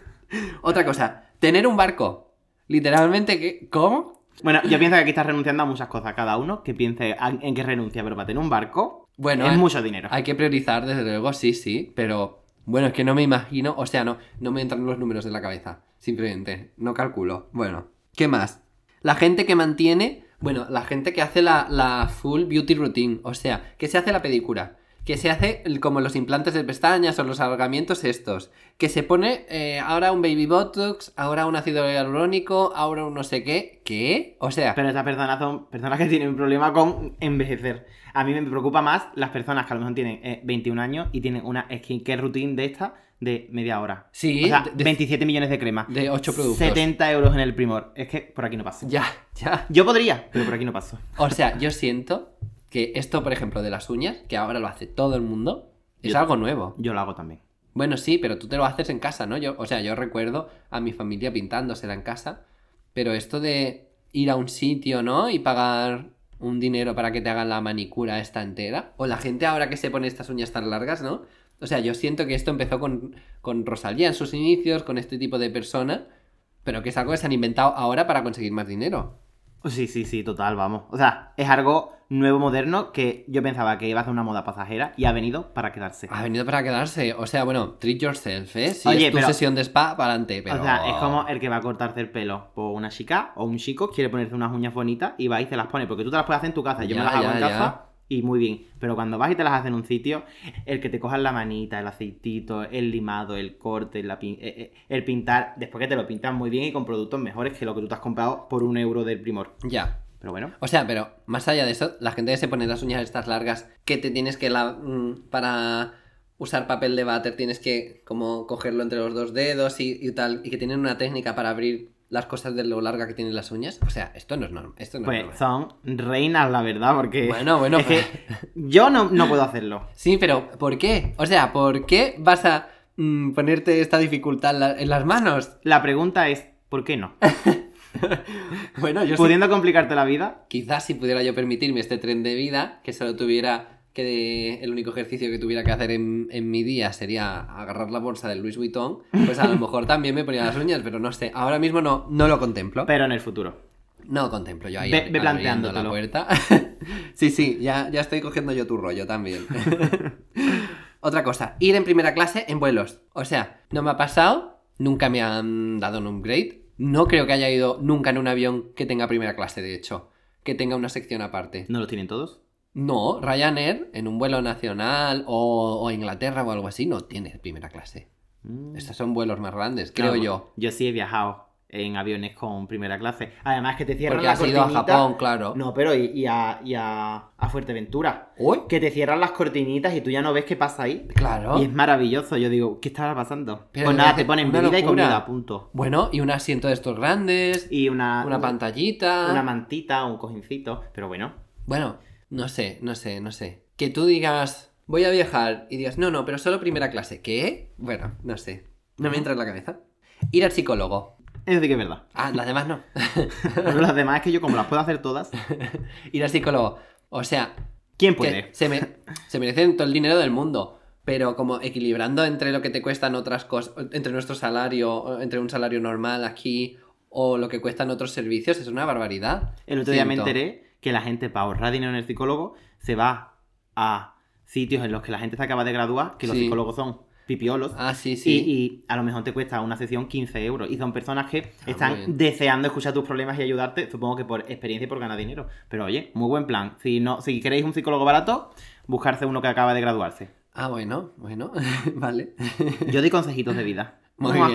B: Otra cosa, tener un barco. Literalmente, ¿qué? ¿cómo?
C: Bueno, yo pienso que aquí estás renunciando a muchas cosas. Cada uno que piense a- en qué renuncia, pero para tener un barco
B: Bueno, eh,
C: es
B: hay-
C: mucho dinero.
B: hay que priorizar, desde luego, sí, sí, pero bueno, es que no me imagino, o sea, no, no me entran los números en la cabeza, simplemente, no calculo. Bueno, ¿qué más? La gente que mantiene, bueno, la gente que hace la, la full beauty routine, o sea, que se hace la pedicura, que se hace el- como los implantes de pestañas o los alargamientos estos, que se pone eh, ahora un baby botox, ahora un ácido hialurónico, ahora un no sé qué, ¿qué? O sea,
C: Pero esas personas son personas que tienen un problema con envejecer. A mí me preocupa más las personas que a lo mejor tienen eh, 21 años y tienen una skincare routine de esta de media hora.
B: sí,
C: O sea,
B: de- de,
C: 27 millones de cremas.
B: de ocho productos.
C: 70 euros en el primor. Es que por aquí no paso.
B: Ya, ya.
C: Yo podría, pero por aquí no paso.
B: O sea, yo siento que esto, por ejemplo, de las uñas, que ahora lo hace todo el mundo, es
C: Yo-
B: algo nuevo.
C: Yo lo hago también.
B: Bueno, sí, pero tú te lo haces en casa, ¿no? Yo, o sea, yo recuerdo a mi familia pintándosela en casa, pero esto de ir a un sitio, ¿no? Y pagar un dinero para que te hagan la manicura esta entera. O la gente ahora que se pone estas uñas tan largas, ¿no? O sea, yo siento que esto empezó con, con Rosalía en sus inicios, con este tipo de persona. pero que es algo que se han inventado ahora para conseguir más dinero.
C: Sí, sí, sí, total, vamos. O sea, es algo nuevo, moderno, que yo pensaba que iba a ser una moda pasajera y ha venido para quedarse.
B: Ha venido para quedarse. O sea, bueno, treat yourself, ¿eh? Si
C: Oye,
B: es tu
C: pero-
B: sesión de spa, para adelante. Pero...
C: O sea, es como el que va a cortarse el pelo por una chica o un chico quiere ponerse unas uñas bonitas y va y se las pone, porque tú te las puedes hacer en tu casa, yo
B: Ya,
C: me las hago en
B: ya,
C: casa y muy bien, pero cuando vas y te las haces en un sitio, el que te cojan la manita, el aceitito, el limado, el corte, la pin- eh, eh, el pintar, después que te lo pintan muy bien y con productos mejores que lo que tú te has comprado por un euro del primor.
B: Ya.
C: Pero bueno,
B: O sea, pero más allá de eso, la gente que se pone las uñas estas largas, que te tienes que la... mm, para usar papel de váter tienes que como cogerlo entre los dos dedos y, y tal, y que tienen una técnica para abrir las cosas de lo larga que tienen las uñas. O sea, esto no es normal. Esto no es
C: pues
B: normal.
C: son reinas, la verdad, porque
B: Bueno, bueno, pues,
C: es que yo no, no puedo hacerlo.
B: Sí, pero ¿por qué? O sea, ¿por qué vas a mm, ponerte esta dificultad en, la- en las manos?
C: La pregunta es, ¿por qué no?
B: Bueno, yo sí-
C: Pudiendo complicarte la vida,
B: quizás si pudiera yo permitirme este tren de vida, que solo tuviera que de- el único ejercicio que tuviera que hacer en, en mi día sería agarrar la bolsa de Louis Vuitton, pues a lo mejor también me ponía las uñas, pero no sé, ahora mismo no, no lo contemplo.
C: pero en el futuro.
B: No lo contemplo yo ahí
C: Ve-
B: abri-
C: ve
B: abriendo la
C: planteándotelo.
B: puerta. sí, sí, ya, ya estoy cogiendo yo tu rollo también. Otra cosa, ir en primera clase en vuelos. O sea, no me ha pasado, nunca me han dado un upgrade. No creo que haya ido nunca en un avión que tenga primera clase, de hecho, que tenga una sección aparte.
C: ¿No lo tienen todos?
B: No, Ryanair en un vuelo nacional o, o Inglaterra o algo así no tiene primera clase. Estos son vuelos más grandes, Mm. creo
C: No,
B: yo.
C: Yo sí he viajado en aviones con primera clase. Además que te cierran
B: Porque
C: la
B: has ido a
C: cortinita-
B: Japón, claro.
C: No, pero y, y a, y a, a Fuerteventura.
B: Uy,
C: Que te cierran las cortinitas y tú ya no ves qué pasa ahí.
B: Claro.
C: Y es maravilloso. Yo digo, ¿qué estará pasando?
B: Pero
C: pues
B: me
C: nada,
B: hace
C: te ponen
B: una
C: bebida y
B: locura.
C: comida, punto.
B: Bueno, y un asiento de estos grandes,
C: Y una,
B: una pantallita.
C: una mantita, un cojincito. Pero bueno,
B: Bueno, no sé, no sé, no sé. Que tú digas, voy a viajar y digas, no, no, pero solo primera clase. ¿Qué? Bueno, no sé. No me entra en la cabeza. Ir al psicólogo.
C: eso sí que es verdad.
B: Ah, las demás no.
C: Pero las demás es que yo como las puedo hacer todas,
B: Ir al psicólogo. O sea,
C: ¿quién
B: que
C: puede?
B: se, me- se merecen todo el dinero del mundo. Pero como equilibrando entre lo que te cuestan otras cosas, entre nuestro salario, o entre un salario normal aquí o lo que cuestan otros servicios, es una barbaridad.
C: El otro día me
B: Siento.
C: enteré que la gente para ahorrar dinero en el psicólogo se va a sitios en los que la gente se acaba de graduar, que los
B: Sí.
C: psicólogos son pipiolos.
B: Ah, sí, sí.
C: Y, y a lo mejor te cuesta una sesión 15 euros. Y son personas que
B: Ah, muy bien.
C: están deseando escuchar tus problemas y ayudarte, supongo que por experiencia y por ganar dinero. Pero oye, muy buen plan. Si no, si queréis un psicólogo barato, buscarse uno que acaba de graduarse.
B: Ah, bueno, bueno, vale.
C: Yo doy consejitos de vida.
B: Muy
C: Muac.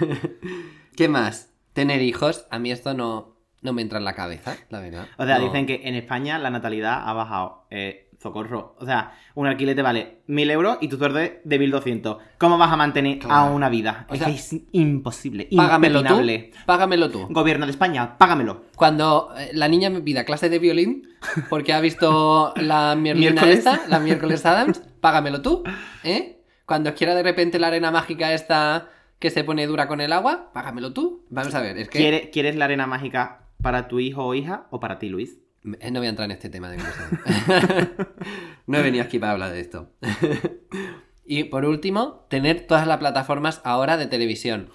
B: bien. ¿Qué más? Tener hijos. A mí esto no, no me entra en la cabeza, la verdad.
C: O sea,
B: No.
C: dicen que en España la natalidad ha bajado. Eh, socorro. O sea, un alquiler te vale 1000 euros y tu suerte de 1200. ¿Cómo vas a mantener a
B: Claro.
C: una vida?
B: O
C: es
B: sea,
C: que es imposible.
B: Págamelo tú.
C: impepinable.
B: Págamelo tú.
C: Gobierno de España, págamelo.
B: Cuando eh, la niña me pida clase de violín porque ha visto la mierda
C: Miércoles.
B: esta, la miércoles Adams, págamelo tú, ¿eh? Cuando quiera de repente la arena mágica esta que se pone dura con el agua, págamelo tú. Vamos a ver, es que
C: ¿Quieres, ¿Quieres la arena mágica para tu hijo o hija o para ti, Luis?
B: Eh, No voy a entrar en este tema de conversación. no he venido aquí para hablar de esto. y por último, tener todas las plataformas ahora de televisión.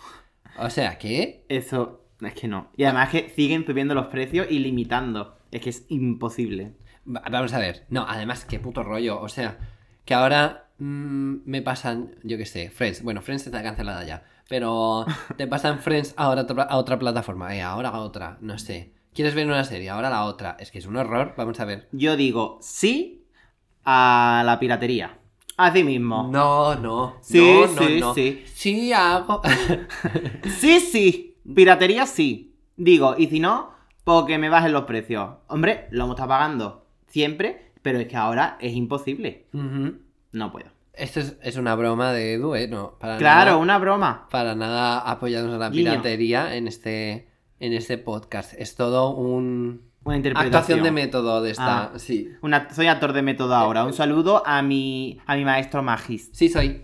B: O sea, ¿qué?
C: Eso es que no. Y además que siguen subiendo los precios y limitando. Es que es imposible.
B: Va- Vamos a ver. No, además, qué puto rollo. O sea, que ahora mm, me pasan, yo qué sé, Friends. Bueno, Friends está cancelada ya. Pero te pasan Friends ahora a otra- a otra plataforma. Eh, ahora a otra. No sé. ¿Quieres ver una serie? Ahora la otra. Es que es un horror. Vamos a ver.
C: Yo digo sí a la piratería. Así mismo.
B: No, no.
C: Sí,
B: no, no,
C: sí,
B: no.
C: sí.
B: Sí, hago.
C: Sí, sí. Piratería sí. Digo, y si no, porque me bajen los precios. Hombre, lo hemos estado pagando siempre, pero es que ahora es imposible.
B: Ujú.
C: No puedo.
B: Esto es, es una broma de Edu, ¿eh? No, para
C: Claro,
B: nada,
C: una broma.
B: para nada apoyarnos a la
C: Guiño.
B: piratería en este, en este podcast. Es todo un...
C: Una interpretación. Ah.
B: Actuación de método de esta... Sí.
C: Una- soy actor de método ahora. Un saludo a mi, a mi maestro Magis.
B: Sí, soy.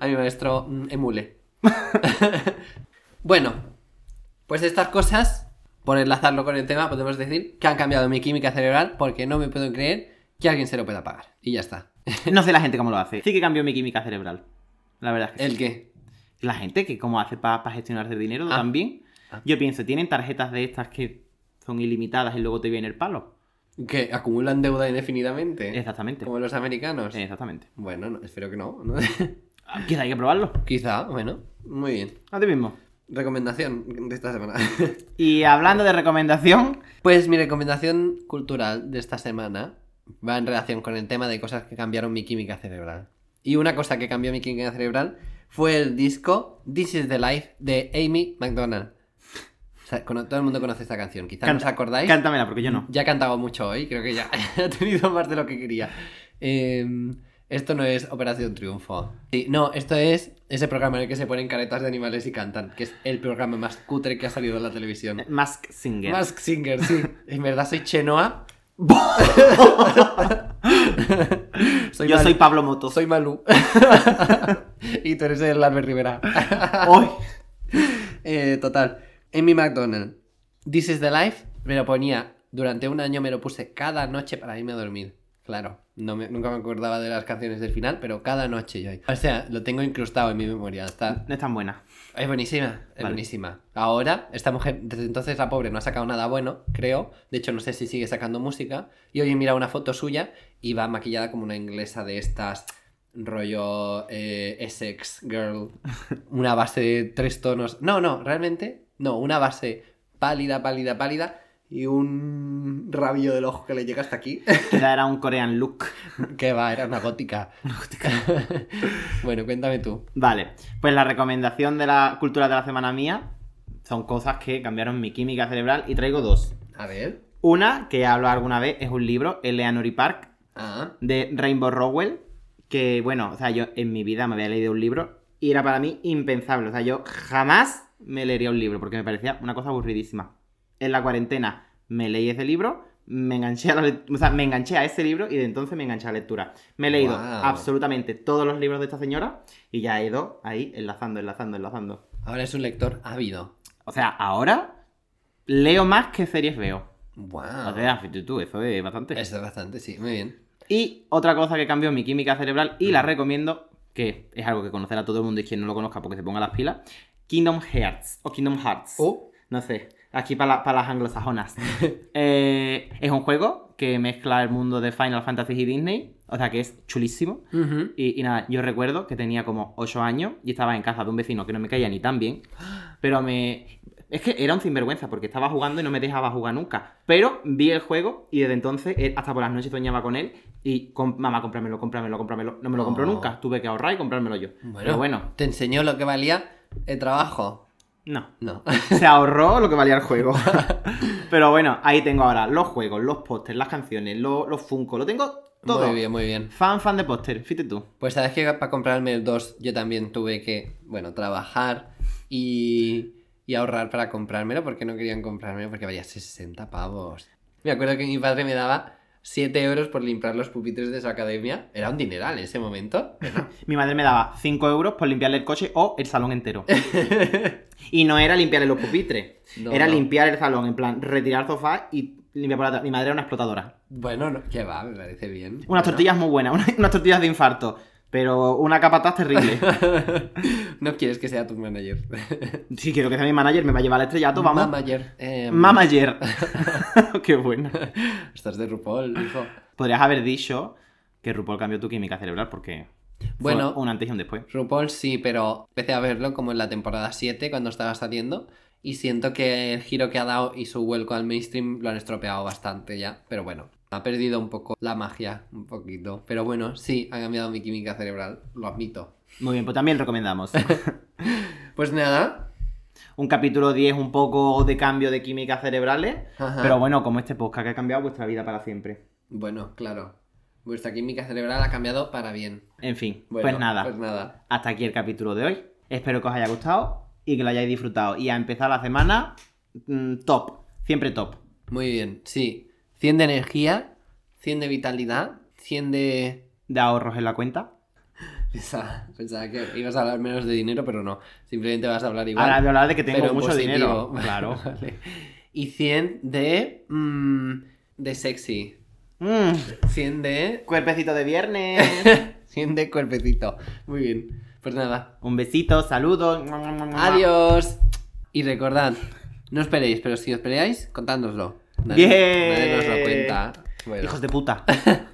B: a mi maestro mm, emule. bueno, pues estas cosas, por enlazarlo con el tema, podemos decir que han cambiado mi química cerebral porque no me puedo creer que alguien se lo pueda pagar. Y ya está.
C: No sé la gente cómo lo hace. Sí que cambió mi química cerebral. La verdad es que sí.
B: ¿El qué?
C: La gente que cómo hace para gestionarse el dinero
B: Ah.
C: también.
B: Ah.
C: Yo pienso, tienen tarjetas de estas que son ilimitadas y luego te viene el palo.
B: Que acumulan deuda indefinidamente.
C: Exactamente.
B: Como los americanos.
C: Exactamente.
B: Bueno, no, espero que no.
C: Ah, Quizá hay que probarlo.
B: Quizá, bueno. Muy bien.
C: A ti mismo.
B: Recomendación de esta semana.
C: Y hablando de recomendación,
B: pues mi recomendación cultural de esta semana va en relación con el tema de cosas que cambiaron mi química cerebral. Y una cosa que cambió mi química cerebral fue el disco This is the Life de Amy McDonald. O sea, cono- todo el mundo conoce esta canción. Quizá no os
C: Canta-
B: acordáis.
C: cántamela porque yo no.
B: Ya he cantado mucho hoy, creo que ya he tenido más de lo que quería. Eh, esto no es Operación Triunfo. Sí, no, esto es ese programa en el que se ponen caretas de animales y cantan, que es el programa más cutre que ha salido en la televisión.
C: Mask Singer.
B: Mask Singer, sí. En verdad soy Chenoa. Soy
C: yo
B: Mal-
C: soy Pablo Motos.
B: Soy Malú. y tú eres el Albert Rivera.
C: Hoy.
B: Eh, total. Amy McDonald. This is the life. Me lo ponía durante un año, me lo puse cada noche para irme a dormir. Claro, no me- nunca me acordaba de las canciones del final, pero cada noche yo ahí. O sea, lo tengo incrustado en mi memoria. Está...
C: No es tan buena.
B: Es buenísima, es
C: Vale.
B: buenísima. Ahora, esta mujer, desde entonces la pobre no ha sacado nada bueno, creo. De hecho, no sé si sigue sacando música. Y hoy mira una foto suya y va maquillada como una inglesa de estas, rollo eh, Essex Girl. Una base de tres tonos. No, no, realmente, no, una base pálida, pálida, pálida. Y un rabillo del ojo que le llega hasta aquí.
C: Quizá era un Korean look.
B: que va, era una gótica. bueno, cuéntame tú.
C: Vale, pues la recomendación de la cultura de la semana mía son cosas que cambiaron mi química cerebral y traigo dos.
B: A ver.
C: Una, que he hablado alguna vez, es un libro, Eleanor y Park,
B: Ah,
C: de Rainbow Rowell, que bueno, o sea, yo en mi vida me había leído un libro y era para mí impensable, o sea, yo jamás me leería un libro porque me parecía una cosa aburridísima. En la cuarentena me leí ese libro, me enganché a, la lec- o sea, me enganché a ese libro y de entonces me enganché a la lectura. Me he leído
B: Guau.
C: absolutamente todos los libros de esta señora y ya he ido ahí enlazando, enlazando, enlazando.
B: ahora es un lector ávido.
C: O sea, ahora leo más que series veo.
B: Wow.
C: O sea, fíjate tú, eso es bastante.
B: Ah. Eso es bastante, sí, muy bien.
C: Y otra cosa que cambió mi química cerebral y la recomiendo, que es algo que conocerá todo el mundo y quien no lo conozca porque se ponga las pilas, Kingdom Hearts o Kingdom Hearts.
B: Oh. Uh.
C: No sé, aquí para las anglosajonas. Eh, es un juego que mezcla el mundo de Final Fantasy y Disney, o sea que es chulísimo.
B: Ujú.
C: Y, y nada, yo recuerdo que tenía como 8 años y estaba en casa de un vecino que no me caía ni tan bien, pero me... Es que era un sinvergüenza porque estaba jugando y no me dejaba jugar nunca. Pero vi el juego y desde entonces eh, hasta por las noches soñaba con él y con mamá, cómpramelo, cómpramelo, cómpramelo. No me lo compró
B: Oh.
C: nunca, tuve que ahorrar y comprármelo yo.
B: Bueno.
C: Pero bueno,
B: ¿Te enseñó lo que valía el trabajo?
C: no.
B: No.
C: Se ahorró lo que valía el juego. Pero bueno, ahí tengo ahora los juegos, los pósters, las canciones, los, los Funko, lo tengo todo.
B: Muy bien, muy bien.
C: Fan, fan de póster, fíjate tú.
B: Pues sabes que para comprarme el 2 yo también tuve que, bueno, trabajar y, y ahorrar para comprármelo porque no querían comprármelo porque valía 60 pavos. Me acuerdo que mi padre me daba 7 euros por limpiar los pupitres de su academia. Era un dineral en ese momento.
C: Mi madre me daba 5 euros por limpiarle el coche o el salón entero. y no era limpiarle los pupitres.
B: No,
C: era
B: no.
C: limpiar el salón, en plan, retirar sofá y limpiar por atrás. Mi madre era una explotadora.
B: Bueno, no, que va, me parece bien.
C: Unas
B: Bueno.
C: tortillas muy buenas, una- unas tortillas de infarto. Pero una capataz terrible.
B: no quieres que sea tu manager.
C: si quiero que sea mi manager, me va a llevar al estrellato, vamos.
B: Manager. eh,
C: Mamager. Qué bueno.
B: Estás de RuPaul, hijo.
C: Podrías haber dicho que RuPaul cambió tu química cerebral porque. fue
B: Bueno.
C: un antes y un después.
B: RuPaul sí, pero empecé a verlo como en la temporada 7 cuando estaba saliendo. Y siento que el giro que ha dado y su vuelco al mainstream lo han estropeado bastante ya. Pero bueno, ha perdido un poco la magia, un poquito. Pero bueno, sí, ha cambiado mi química cerebral, lo admito.
C: Muy bien, pues también recomendamos.
B: Pues nada.
C: un capítulo 10 un poco de cambio de químicas cerebrales.
B: Ajá.
C: Pero bueno, como este podcast que ha cambiado vuestra vida para siempre.
B: Bueno, claro. Vuestra química cerebral ha cambiado para bien.
C: En fin,
B: Bueno,
C: pues nada,
B: Pues nada.
C: hasta aquí el capítulo de hoy. Espero que os haya gustado y que lo hayáis disfrutado. Y a empezar la semana, mm, top, siempre top.
B: Muy bien, sí. 100 de energía, 100 de vitalidad, 100 de
C: De ahorros en la cuenta.
B: Pensaba, pensaba que ibas a hablar menos de dinero, pero no. Simplemente vas a hablar igual.
C: Ahora voy a hablar de que
B: pero
C: tengo
B: en
C: mucho
B: positivo.
C: dinero. Claro.
B: Vale. Y 100 de. mm, de sexy.
C: Mm,
B: 100 de.
C: cuerpecito de viernes.
B: 100 de cuerpecito. Muy bien. Pues nada.
C: Un besito, saludos.
B: Adiós. Y recordad, no os peleéis, pero si os peleáis, contándoslo. Nadie,
C: Bien.
B: nadie nos lo cuenta. Bueno.
C: Hijos de puta.